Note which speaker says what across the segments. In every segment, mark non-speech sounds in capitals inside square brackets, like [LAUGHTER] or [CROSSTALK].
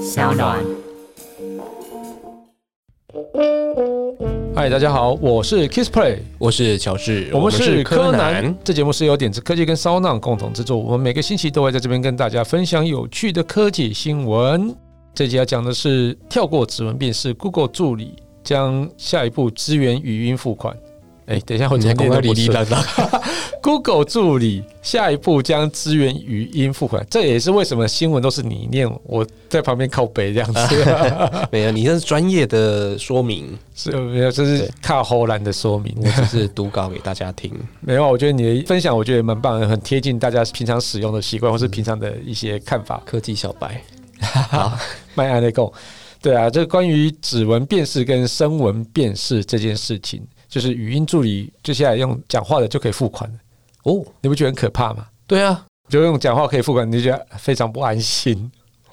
Speaker 1: 小暖。
Speaker 2: 嗨，大家好，我是 Kiss Play，
Speaker 3: 我是乔治，
Speaker 2: 我们是柯南。这节目是由点子科技跟骚浪共同制作，我们每个星期都会在这边跟大家分享有趣的科技新闻。这集要讲的是跳过指纹辨识，Google 助理将下一步支援语音付款。哎，等一下，我
Speaker 3: [LAUGHS] 你
Speaker 2: 讲
Speaker 3: 还
Speaker 2: 的
Speaker 3: 念得
Speaker 2: 不
Speaker 3: 哩哩
Speaker 2: 顺。
Speaker 3: 啦啦，
Speaker 2: [LAUGHS] Google 助理下一步将支援语音付款，这也是为什么新闻都是你念，我在旁边靠背这样 [LAUGHS] 子，
Speaker 3: 没有，你这是专业的说 [LAUGHS] 明，
Speaker 2: 是没有，这是
Speaker 3: 对
Speaker 2: 靠后栏的说明。
Speaker 3: 我只是读稿给大家听。
Speaker 2: 没有啊，我觉得你的分享我觉得也蛮棒的，很贴近大家平常使用的习惯或是平常的一些看法。
Speaker 3: 科技小白，
Speaker 2: 麦安内贡，对啊，这关于指纹辨识跟声纹辨识这件事情，就是语音助理接下来用讲话的就可以付款了，
Speaker 3: 哦，
Speaker 2: 你不觉得很可怕吗？
Speaker 3: 对啊，
Speaker 2: 就用讲话可以付款，你就觉得非常不安心。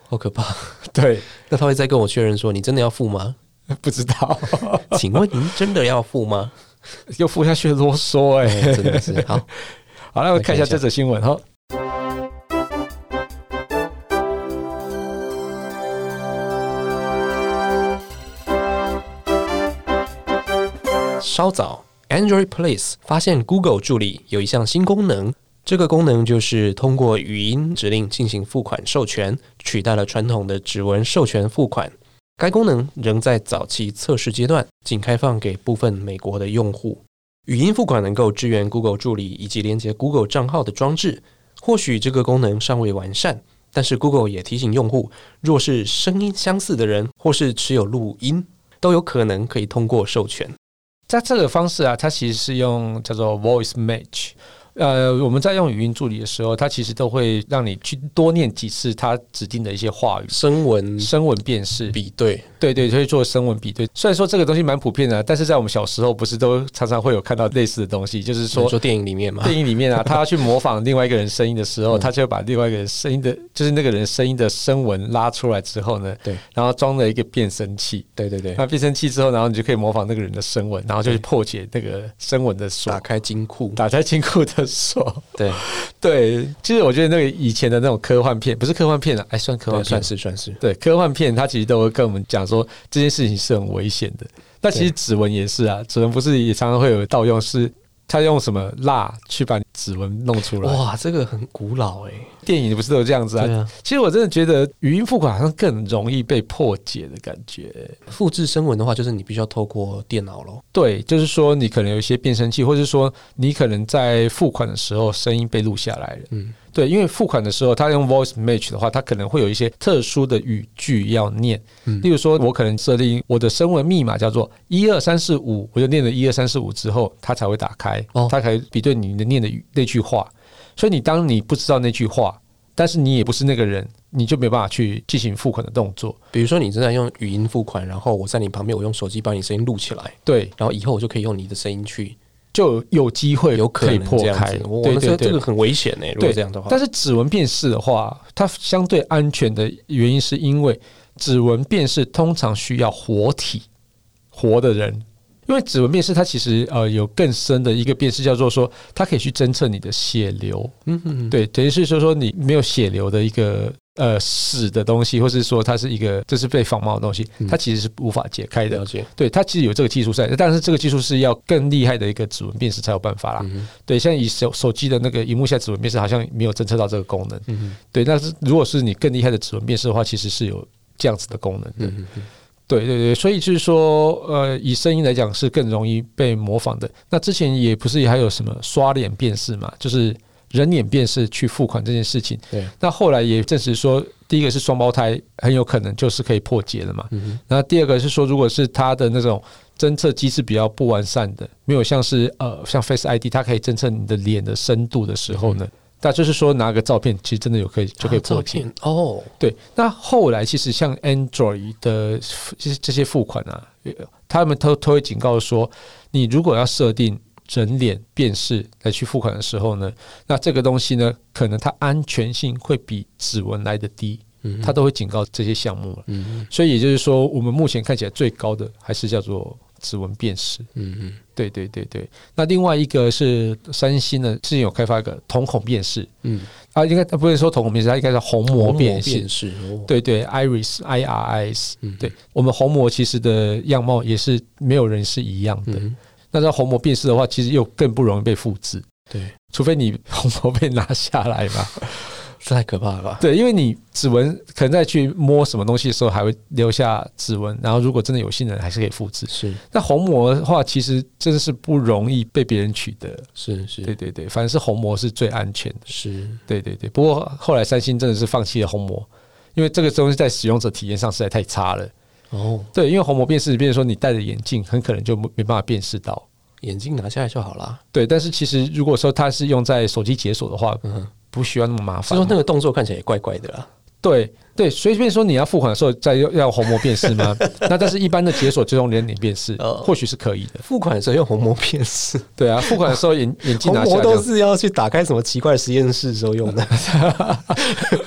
Speaker 3: 好可怕。
Speaker 2: 对，
Speaker 3: 那他会再跟我确认说，你真的要付吗？
Speaker 2: 不知道
Speaker 3: [LAUGHS] 请问您真的要付 [LAUGHS] 吗？
Speaker 2: 又付下去啰嗦哎、
Speaker 3: 哎真的是好，
Speaker 2: 好，那我看一下这则新闻哈。
Speaker 3: 稍早，Android Place 发现 Google 助理有一项新功能，这个功能就是通过语音指令进行付款授权，取代了传统的指纹授权付款。该功能仍在早期测试阶段，仅开放给部分美国的用户。语音付款能够支援 Google 助理以及连接 Google 账号的装置。或许这个功能尚未完善，但是 Google 也提醒用户，若是声音相似的人或是持有录音，都有可能可以通过授权。
Speaker 2: 在这个方式啊，它其实是用叫做 voice match。呃，我们在用语音助理的时候，它其实都会让你去多念几次它指定的一些话语，
Speaker 3: 声纹
Speaker 2: 声纹辨识。
Speaker 3: 比对，
Speaker 2: 对对，可以做声纹比对。虽然说这个东西蛮普遍的啊，但是在我们小时候不是都常常会有看到类似的东西，就是
Speaker 3: 说
Speaker 2: 说
Speaker 3: 说电影里面嘛，
Speaker 2: 电影里面啊，他要去模仿另外一个人声音的时候，他就会把另外一个人声音的，就是那个人声音的声纹拉出来之后呢，
Speaker 3: 对，
Speaker 2: 然后装了一个变声器。
Speaker 3: 对对对，
Speaker 2: 那变声器之后，然后你就可以模仿那个人的声纹，然后就去破解那个声纹的锁
Speaker 3: 打，开金库，
Speaker 2: 打开金库的锁。
Speaker 3: 对，
Speaker 2: 对，其实我觉得那个以前的那种科幻片，不是科幻片啊，哎，算科幻
Speaker 3: 对
Speaker 2: 片
Speaker 3: 算，是算是，
Speaker 2: 对科幻片，它其实都会跟我们讲说这件事情是很危险的。那其实指纹也是啊，指纹不是也常常会有盗用，是他用什么蜡去把指纹弄出来？
Speaker 3: 哇，这个很古老哎，
Speaker 2: 电影不是都这样子啊？
Speaker 3: 对啊，
Speaker 2: 其实我真的觉得语音付款好像更容易被破解的感觉。
Speaker 3: 复制声纹的话，就是你必须要透过电脑咯。
Speaker 2: 对，就是说你可能有一些变声器，或者说你可能在付款的时候声音被录下来了。
Speaker 3: 嗯，
Speaker 2: 对，因为付款的时候，他用 voice match 的话，他可能会有一些特殊的语句要念。
Speaker 3: 嗯
Speaker 2: 例如说，我可能设定我的声纹密码叫做一二三四五，我就念了一二三四五之后，它才会打开，
Speaker 3: 哦
Speaker 2: 它才比对你的念的语那句话。所以你当你不知道那句话，但是你也不是那个人，你就没办法去进行付款的动作。
Speaker 3: 比如说你正在用语音付款，然后我在你旁边，我用手机把你声音录起来，
Speaker 2: 对，
Speaker 3: 然后以后我就可以用你的声音去，
Speaker 2: 就有机会
Speaker 3: 有可
Speaker 2: 可以
Speaker 3: 能
Speaker 2: 破
Speaker 3: 这样
Speaker 2: 开
Speaker 3: 子。。我
Speaker 2: 对
Speaker 3: 们
Speaker 2: 对
Speaker 3: 说
Speaker 2: 对
Speaker 3: 这个很危险哎，如果
Speaker 2: 对
Speaker 3: 这样的话，
Speaker 2: 但是指纹辨识的话，它相对安全的原因是因为指纹辨识通常需要活体活的人，因为指纹辨识它其实呃有更深的一个辨识叫做说，它可以去侦测你的血流，
Speaker 3: 嗯嗯嗯
Speaker 2: 对，等于是说说你没有血流的一个。呃，屎的东西，或是说它是一个，这是被仿冒的东西，
Speaker 3: 嗯
Speaker 2: 它其实是无法解开的。
Speaker 3: 了解，
Speaker 2: 对，它其实有这个技术在，但是这个技术是要更厉害的一个指纹辨识才有办法啦。
Speaker 3: 嗯
Speaker 2: 对，现在以手手机的那个荧幕下指纹辨识好像没有侦测到这个功能。
Speaker 3: 嗯
Speaker 2: 对，但是如果是你更厉害的指纹辨识的话，其实是有这样子的功能的。
Speaker 3: 嗯嗯，
Speaker 2: 对对对，所以就是说，呃，以声音来讲是更容易被模仿的。那之前也不是还有什么刷脸辨识嘛，就是人脸辨识去付款这件事情。
Speaker 3: 对，
Speaker 2: 那后来也证实说，第一个是双胞胎很有可能就是可以破解的嘛。
Speaker 3: 嗯
Speaker 2: 那第二个是说，如果是它的那种侦测机制比较不完善的，没有像是呃像 Face ID，它可以侦测你的脸的深度的时候呢，那就是说拿个照片，其实真的有可以就可以
Speaker 3: 嗯啊照
Speaker 2: 破解。
Speaker 3: 片哦，
Speaker 2: 对，那后来其实像 Android 的这些这些付款啊，呃他们都都会警告说，你如果要设定人脸辨识来去付款的时候呢，那这个东西呢，可能它安全性会比指纹来的低，
Speaker 3: 嗯
Speaker 2: 它都会警告这些项目了。
Speaker 3: 嗯
Speaker 2: 所以也就是说，我们目前看起来最高的还是叫做指纹辨识。
Speaker 3: 嗯嗯，
Speaker 2: 对对对对。那另外一个是三星呢，之前有开发一个瞳孔辨识，
Speaker 3: 嗯，
Speaker 2: 啊，应该不是说瞳孔辨识，它应该叫虹膜辨识。
Speaker 3: 识，哦，
Speaker 2: 对对，iris i r i s，
Speaker 3: 嗯
Speaker 2: 对我们虹膜其实的样貌也是没有人是一样的。
Speaker 3: 嗯
Speaker 2: 那在虹膜辨识的话，其实又更不容易被复制，
Speaker 3: 对，
Speaker 2: [LAUGHS] 除非你虹膜被拿下来嘛。
Speaker 3: 这太可怕了吧？
Speaker 2: 对，因为你指纹可能在去摸什么东西的时候还会留下指纹，然后如果真的有心人还是可以复制。
Speaker 3: 是
Speaker 2: 那虹膜的话，其实真的是不容易被别人取得。
Speaker 3: 是
Speaker 2: 对
Speaker 3: 是
Speaker 2: 对对，反正是虹膜是最安全的。
Speaker 3: 是，
Speaker 2: 对对对，不过后来三星真的是放弃了虹膜，因为这个东西在使用者体验上实在太差了。
Speaker 3: 哦，
Speaker 2: 对，因为虹膜辨识，变成说你戴着眼镜，很可能就没办法辨识到。
Speaker 3: 眼镜拿下来就好啦。
Speaker 2: 对，但是其实如果说它是用在手机解锁的话，
Speaker 3: 嗯哼，
Speaker 2: 不需要那么麻
Speaker 3: 是
Speaker 2: 烦
Speaker 3: 说
Speaker 2: 嘛。
Speaker 3: 那个动作看起来也怪怪的啦。
Speaker 2: 对对，随便说你要付款的时候再要要虹膜辨识
Speaker 3: [LAUGHS]
Speaker 2: 吗？那但是一般的解锁就用人脸辨识，
Speaker 3: 哦
Speaker 2: 或许是可以的。
Speaker 3: 付款的时候用虹膜辨
Speaker 2: [LAUGHS]
Speaker 3: 识，
Speaker 2: 对啊，付款的时候眼眼镜
Speaker 3: 虹
Speaker 2: 拿下
Speaker 3: 膜
Speaker 2: 来
Speaker 3: 都
Speaker 2: 就，
Speaker 3: 是要去打开什么奇怪的实验室的时候用的。
Speaker 2: [LAUGHS]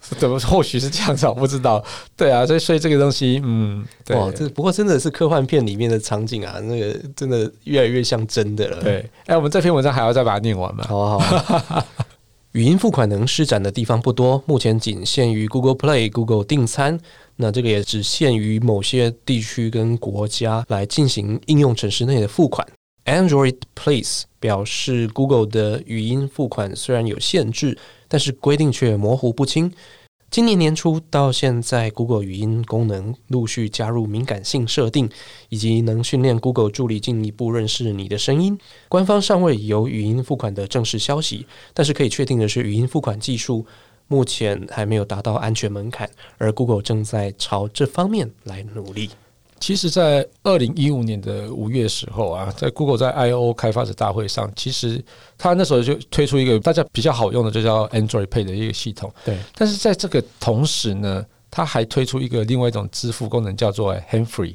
Speaker 2: 怎么或许是这样子啊，我不知道。对啊，所以所以这个东西，嗯， [LAUGHS] 对
Speaker 3: 哇，这不过真的是科幻片里面的场景啊，那个真的越来越像真的了。
Speaker 2: 对。哎、我们这篇文章还要再把它念完嘛？
Speaker 3: 好啊，好啊。语音付款能施展的地方不多，目前仅限于 Google Play、Google 订餐。那这个也只限于某些地区跟国家来进行应用程式内的付款。Android Place 表示，Google 的语音付款虽然有限制，但是规定却模糊不清。今年年初到现在，Google 语音功能陆续加入敏感性设定，以及能训练 Google 助理进一步认识你的声音。官方尚未有语音付款的正式消息，但是可以确定的是，语音付款技术目前还没有达到安全门槛，而 Google 正在朝这方面来努力。
Speaker 2: 其实，在二零一五年的五月时候啊，在 Google 在 I O 开发者大会上，其实他那时候就推出一个大家比较好用的，就叫 Android Pay 的一个系统。
Speaker 3: 对，
Speaker 2: 但是在这个同时呢，它还推出一个另外一种支付功能，叫做 Hand Free，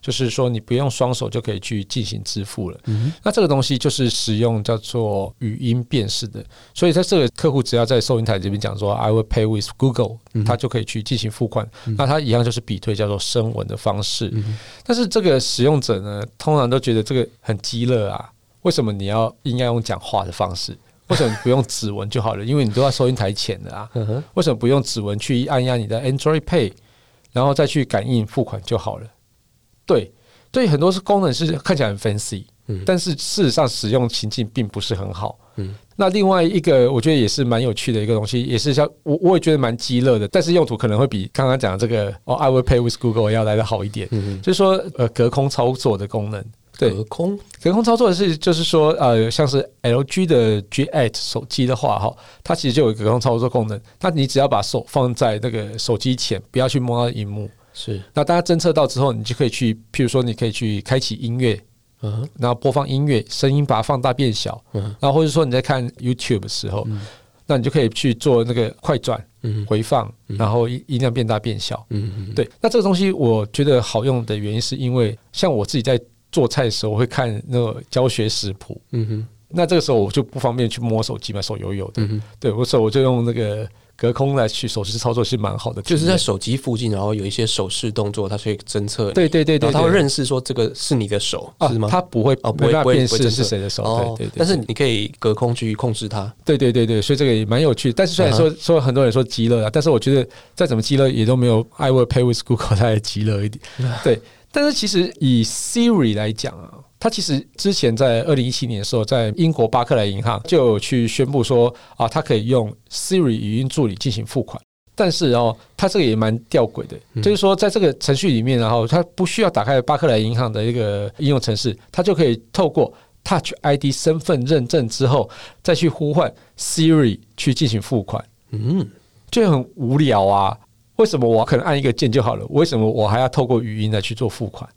Speaker 2: 就是说你不用双手就可以去进行支付了。
Speaker 3: 嗯
Speaker 2: 那这个东西就是使用叫做语音辨识的，所以在这个客户只要在收银台这边讲说 “I will pay with Google”，、
Speaker 3: 嗯
Speaker 2: 他就可以去进行付款。
Speaker 3: 嗯
Speaker 2: 那他一样就是比对叫做声纹的方式。
Speaker 3: 嗯
Speaker 2: 但是这个使用者呢，通常都觉得这个很鸡肋啊，为什么你要应该用讲话的方式？为什么不用指纹就好了？因为你都在收银台前的啊，
Speaker 3: 嗯哼，
Speaker 2: 为什么不用指纹去按压你的 Android Pay，然后再去感应付款就好了？对，对，很多是功能是看起来很 fancy，
Speaker 3: 嗯
Speaker 2: 但是事实上使用情境并不是很好。
Speaker 3: 嗯
Speaker 2: 那另外一个我觉得也是蛮有趣的一个东西，也是像我我也觉得蛮鸡肋的，但是用途可能会比刚刚讲的这个哦 I will pay with Google 要来的好一点，
Speaker 3: 嗯
Speaker 2: 就是说呃隔空操作的功能。对，
Speaker 3: 隔空
Speaker 2: 隔空操作的是，就是说，呃，像是 LG 的 G a 手机的话，哈，它其实就有隔空操作功能。那你只要把手放在那个手机前，不要去摸到荧幕。
Speaker 3: 是，
Speaker 2: 那大家侦测到之后，你就可以去，譬如说，你可以去开启音乐，
Speaker 3: 嗯哼
Speaker 2: 然后播放音乐，声音把它放大变小，
Speaker 3: 嗯
Speaker 2: 然后或者说你在看 YouTube 的时候，那你就可以去做那个快转、
Speaker 3: 嗯
Speaker 2: 回放，然后音音量变大变小。
Speaker 3: 嗯
Speaker 2: 对，那这个东西我觉得好用的原因，是因为像我自己在做菜的时候，我会看那个教学食谱。
Speaker 3: 嗯哼
Speaker 2: 那这个时候我就不方便去摸手机嘛，手游有的，
Speaker 3: 嗯哼，
Speaker 2: 对我手我就用那个隔空来去手势操作是蛮好的体
Speaker 3: 就
Speaker 2: 验，
Speaker 3: 是在手机附近，然后有一些手势动作，它可以侦测你，
Speaker 2: 对对对对，
Speaker 3: 然后它
Speaker 2: 对
Speaker 3: 会认识说这个是你的手，
Speaker 2: 啊
Speaker 3: 是吗？
Speaker 2: 它不会
Speaker 3: 哦不会
Speaker 2: 没办
Speaker 3: 不会
Speaker 2: 法辨
Speaker 3: 不会侦
Speaker 2: 识
Speaker 3: 测
Speaker 2: 是谁的手，
Speaker 3: 哦
Speaker 2: 对对对，
Speaker 3: 但是你可以隔空去控制它，
Speaker 2: 对对对对，所以这个也蛮有趣。但是虽然说说很多人说极乐啊，但是我觉得再怎么极乐也都没有 I will pay with Google 它的极乐一点。对，但是其实以 Siri 来讲啊，它其实之前在二零一七年的时候，在英国巴克莱银行就有去宣布说啊，它可以用 Siri 语音助理进行付款。但是哦，它这个也蛮吊诡的，
Speaker 3: 嗯
Speaker 2: 就是说在这个程序里面，然后它不需要打开巴克莱银行的一个应用程式，它就可以透过 Touch ID 身份认证之后，再去呼唤 Siri 去进行付款，
Speaker 3: 嗯，
Speaker 2: 就很无聊啊！为什么我可能按一个键就好了？为什么我还要透过语音来去做付款？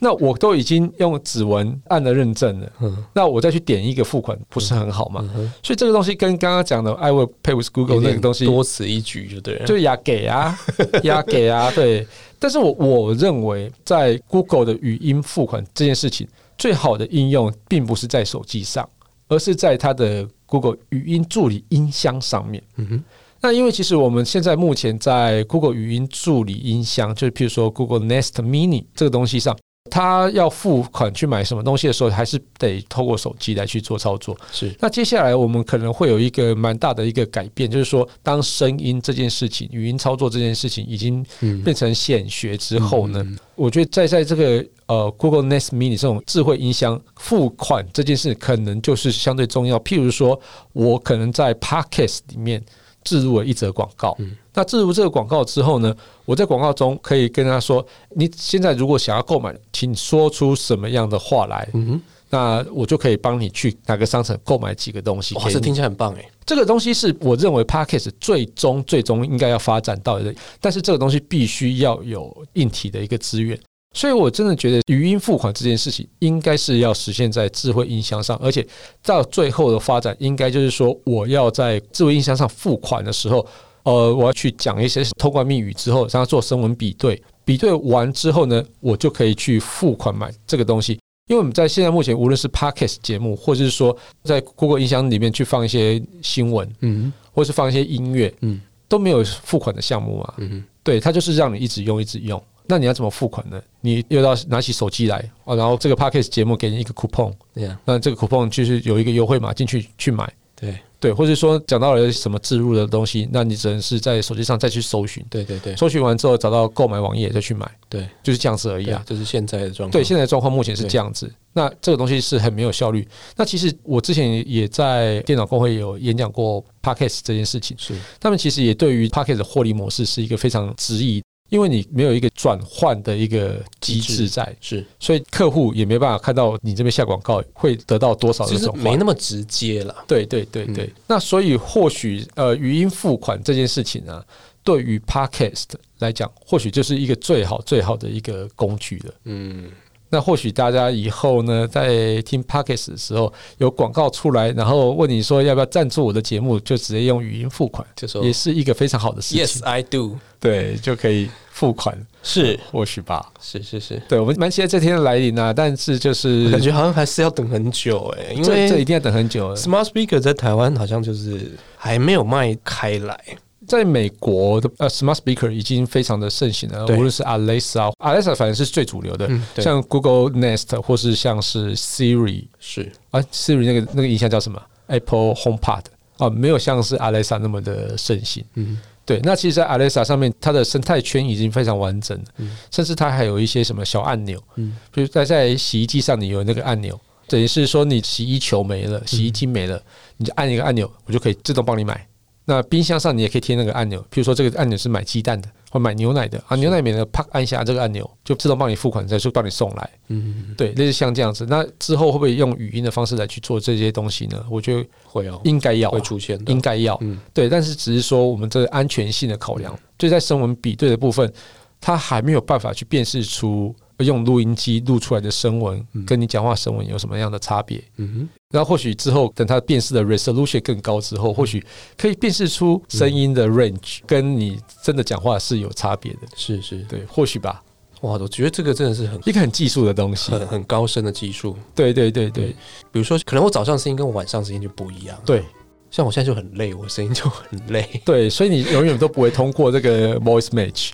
Speaker 2: 那我都已经用指纹按了认证了，
Speaker 3: 嗯
Speaker 2: 那我再去点一个付款，不是很好吗？
Speaker 3: 嗯哼
Speaker 2: 所以这个东西跟刚刚讲的 I will pay with Google
Speaker 3: 有
Speaker 2: 那
Speaker 3: 点
Speaker 2: 个东西
Speaker 3: 多此一举就对了，
Speaker 2: 就压给啊，压给啊， [LAUGHS] 对。但是我我认为，在 Google 的语音付款这件事情，最好的应用并不是在手机上，而是在它的 Google 语音助理音箱上面。
Speaker 3: 嗯哼。
Speaker 2: 那因为其实我们现在目前在 Google 语音助理音箱，就是譬如说 Google Nest Mini 这个东西上，他要付款去买什么东西的时候，还是得透过手机来去做操作。
Speaker 3: 是
Speaker 2: 那接下来我们可能会有一个蛮大的一个改变，就是说，当声音这件事情、语音操作这件事情已经
Speaker 3: 嗯
Speaker 2: 变成显学之后呢，我觉得在在这个呃 Google Nest Mini 这种智慧音箱付款这件事，可能就是相对重要。譬如说，我可能在 Podcast 里面置入了一则广告，
Speaker 3: 嗯
Speaker 2: 那置入这个广告之后呢，我在广告中可以跟他说：“你现在如果想要购买，请说出什么样的话来。”
Speaker 3: 嗯哼
Speaker 2: 那我就可以帮你去哪个商城购买几个东西
Speaker 3: 哇，
Speaker 2: 给
Speaker 3: 这
Speaker 2: 你
Speaker 3: 听。起来很棒哎，
Speaker 2: 这个东西是我认为 p a c k a g e 最终最终应该要发展到的，但是这个东西必须要有硬体的一个资源。所以，我真的觉得语音付款这件事情应该是要实现在智慧音箱上，而且到最后的发展，应该就是说，我要在智慧音箱上付款的时候，呃，我要去讲一些通关密语之后，让它做声纹比对，比对完之后呢，我就可以去付款买这个东西。因为我们在现在目前，无论是 podcast 节目，或者是说在 Google 音箱里面去放一些新闻，
Speaker 3: 嗯
Speaker 2: 或是放一些音乐，
Speaker 3: 嗯
Speaker 2: 都没有付款的项目啊。
Speaker 3: 嗯
Speaker 2: 对，它就是让你一直用，一直用。那你要怎么付款呢？你又要拿起手机来哦，然后这个 podcast 节目给你一个 coupon，
Speaker 3: 哼，对呀，
Speaker 2: 那这个 coupon 就是有一个优惠码进去去买。
Speaker 3: 对
Speaker 2: 对，或者说讲到了什么置入的东西，那你只能是在手机上再去搜寻，
Speaker 3: 对对对
Speaker 2: 搜寻完之后找到购买网页再去买，
Speaker 3: 对
Speaker 2: 就是这样子而已
Speaker 3: 对
Speaker 2: 啊
Speaker 3: 啊，。这是现在的状况，
Speaker 2: 对，现在的状况目前是这样子。那这个东西是很没有效率。那其实我之前也在电脑工会有演讲过 Podcast 这件事情，
Speaker 3: 是
Speaker 2: 他们其实也对于 Podcast 的获利模式是一个非常质疑，因为你没有一个转换的一个机
Speaker 3: 机
Speaker 2: 制
Speaker 3: 制
Speaker 2: 在，
Speaker 3: 是，
Speaker 2: 所以客户也没办法看到你这边下广告会得到多少
Speaker 3: 其
Speaker 2: 的
Speaker 3: 实
Speaker 2: 转
Speaker 3: 没
Speaker 2: 换。
Speaker 3: 那么直接了，
Speaker 2: 对对对对，
Speaker 3: 嗯
Speaker 2: 那所以或许呃，语音付款这件事情啊，对于 Podcast 来讲，或许就是一个最好最好的一个工具了。
Speaker 3: 嗯，
Speaker 2: 那或许大家以后呢，在听 Podcast 的时候，有广告出来，然后问你说要不要赞助我的节目，就直接用语音付款，
Speaker 3: 就说
Speaker 2: 也是一个非常好的事情。
Speaker 3: Yes I do，
Speaker 2: 对，就可以付款，
Speaker 3: 是
Speaker 2: 或许吧。
Speaker 3: 是是是，
Speaker 2: 对，我们蛮期待这天的来临啊，但是就是
Speaker 3: 感觉好像还是要等很久哎，因
Speaker 2: 这这一
Speaker 3: 为。
Speaker 2: 定要等很久了。
Speaker 3: Smart speaker 在台湾好像就是还没有卖开来，
Speaker 2: 在美国的呃，smart speaker 已经非常的盛行了，
Speaker 3: 对
Speaker 2: 无论是 Alexa、Alexa 反正是最主流的，
Speaker 3: 嗯对
Speaker 2: 像 Google Nest 或是像是 Siri
Speaker 3: 是
Speaker 2: 啊，Siri 那个那个音箱叫什么？Apple HomePod 啊，没有像是 Alexa 那么的盛行。
Speaker 3: 嗯，
Speaker 2: 对，那其实，在 Alexa 上面，它的生态圈已经非常完整了，甚至它还有一些什么小按钮，
Speaker 3: 嗯
Speaker 2: 比如在在洗衣机上你有那个按钮，等于是说你洗衣球没了，
Speaker 3: 嗯
Speaker 2: 洗衣机没了，你就按一个按钮，我就可以自动帮你买。那冰箱上你也可以贴那个按钮，比如说这个按钮是买鸡蛋的或买牛奶的啊，牛奶没了，啪按一下这个按钮，就自动帮你付款，再就帮你送来。
Speaker 3: 嗯，
Speaker 2: 对，类似像这样子，那之后会不会用语音的方式来去做这些东西呢？我觉得
Speaker 3: 会哦，
Speaker 2: 应该要啊、
Speaker 3: 会出现的
Speaker 2: 应，该要，
Speaker 3: 嗯
Speaker 2: 对，但是只是说我们这个安全性的考量，就在声纹比对的部分，它还没有办法去辨识出用录音机录出来的声纹跟你讲话声纹有什么样的差别。
Speaker 3: 嗯
Speaker 2: 然后或许之后等它辨识的 resolution 更高之后，或许可以辨识出声音
Speaker 3: 嗯
Speaker 2: 的 range 跟你真的讲话是有差别的。
Speaker 3: 哼，是是，
Speaker 2: 对，或许吧，
Speaker 3: 哇，我觉得这个真的是很
Speaker 2: 一个很技术的东西。
Speaker 3: 很很高深的技术。
Speaker 2: 对对对对
Speaker 3: 比如说，可能我早上声音跟我晚上声音就不一样。
Speaker 2: 对，
Speaker 3: 像我现在就很累，我声音就很累
Speaker 2: 对，所以你永远都不会通过这个 voice match。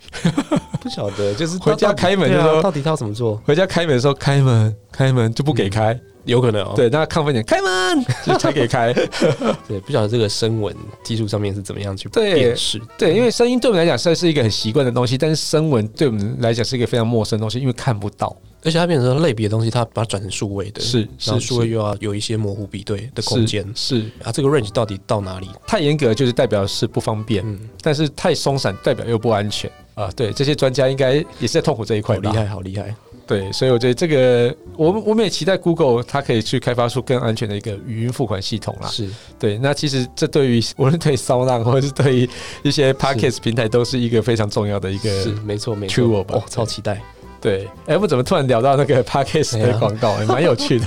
Speaker 3: 不晓得就是
Speaker 2: 回家
Speaker 3: 到底
Speaker 2: 开门就
Speaker 3: 对啊
Speaker 2: 说
Speaker 3: 到底他要怎么做？
Speaker 2: 回家开门的时候，开门开门就不给开。
Speaker 3: 有可能哦，
Speaker 2: 对，那亢奋点，开门就才
Speaker 3: [LAUGHS]
Speaker 2: 给开。
Speaker 3: 对，不晓得这个声纹技术上面是怎么样去
Speaker 2: 对
Speaker 3: 辨识。
Speaker 2: 对，因为声音对我们来讲算是一个很习惯的东西，但是声纹对我们来讲是一个非常陌生的东西，因为看不到。
Speaker 3: 而且它变成说类别的东西，它把它转成数位的，
Speaker 2: 是
Speaker 3: 然后
Speaker 2: 是
Speaker 3: 数位又要有一些模糊比对的空间
Speaker 2: 是是
Speaker 3: 啊，这个 range 到底到哪里？
Speaker 2: 太严格，就是代表是不方便；
Speaker 3: 嗯，
Speaker 2: 但是太松散，代表又不安全。啊，对，这些专家应该也是在痛苦这一
Speaker 3: 好
Speaker 2: 块
Speaker 3: 厉
Speaker 2: 吧？
Speaker 3: 害，好厉害，
Speaker 2: 对，所以我觉得这个，我们我们也期待 Google 它可以去开发出更安全的一个语音付款系统啦。
Speaker 3: 是
Speaker 2: 对，那其实这对于无论对骚浪或者是对于一些 Podcast 平台，都是一个非常重要的一个
Speaker 3: 是没错没错，
Speaker 2: True 吧
Speaker 3: 哦，超期
Speaker 2: [LAUGHS]
Speaker 3: 待，
Speaker 2: 对，哎，我怎么突然聊到那个 podcast
Speaker 3: 对
Speaker 2: 的
Speaker 3: 啊
Speaker 2: 广告，哎也蛮有趣 [LAUGHS] 的。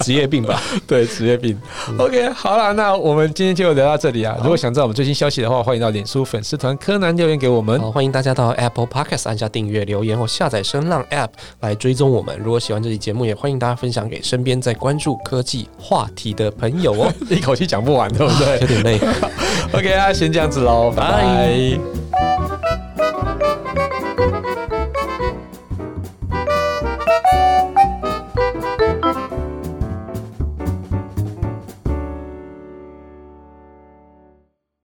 Speaker 3: 职业病吧，
Speaker 2: 对，职业病。OK，好啦，那我们今天就聊到这里啊。如果想知道我们最新消息的话，欢迎到脸书粉丝团柯南留言给我们。
Speaker 3: [LAUGHS] 好，欢迎大家到 Apple Podcast 按下订阅、留言或下载声浪 App 来追踪我们。如果喜欢这期节目，也欢迎大家分享给身边在关注科技话题的朋友
Speaker 2: [LAUGHS]
Speaker 3: 哦。
Speaker 2: [LAUGHS] 一 [LAUGHS] 口气讲不完，对不
Speaker 3: 有
Speaker 2: 对
Speaker 3: 点累。
Speaker 2: ？OK 啊，先这样子喽，拜
Speaker 3: 拜
Speaker 2: 拜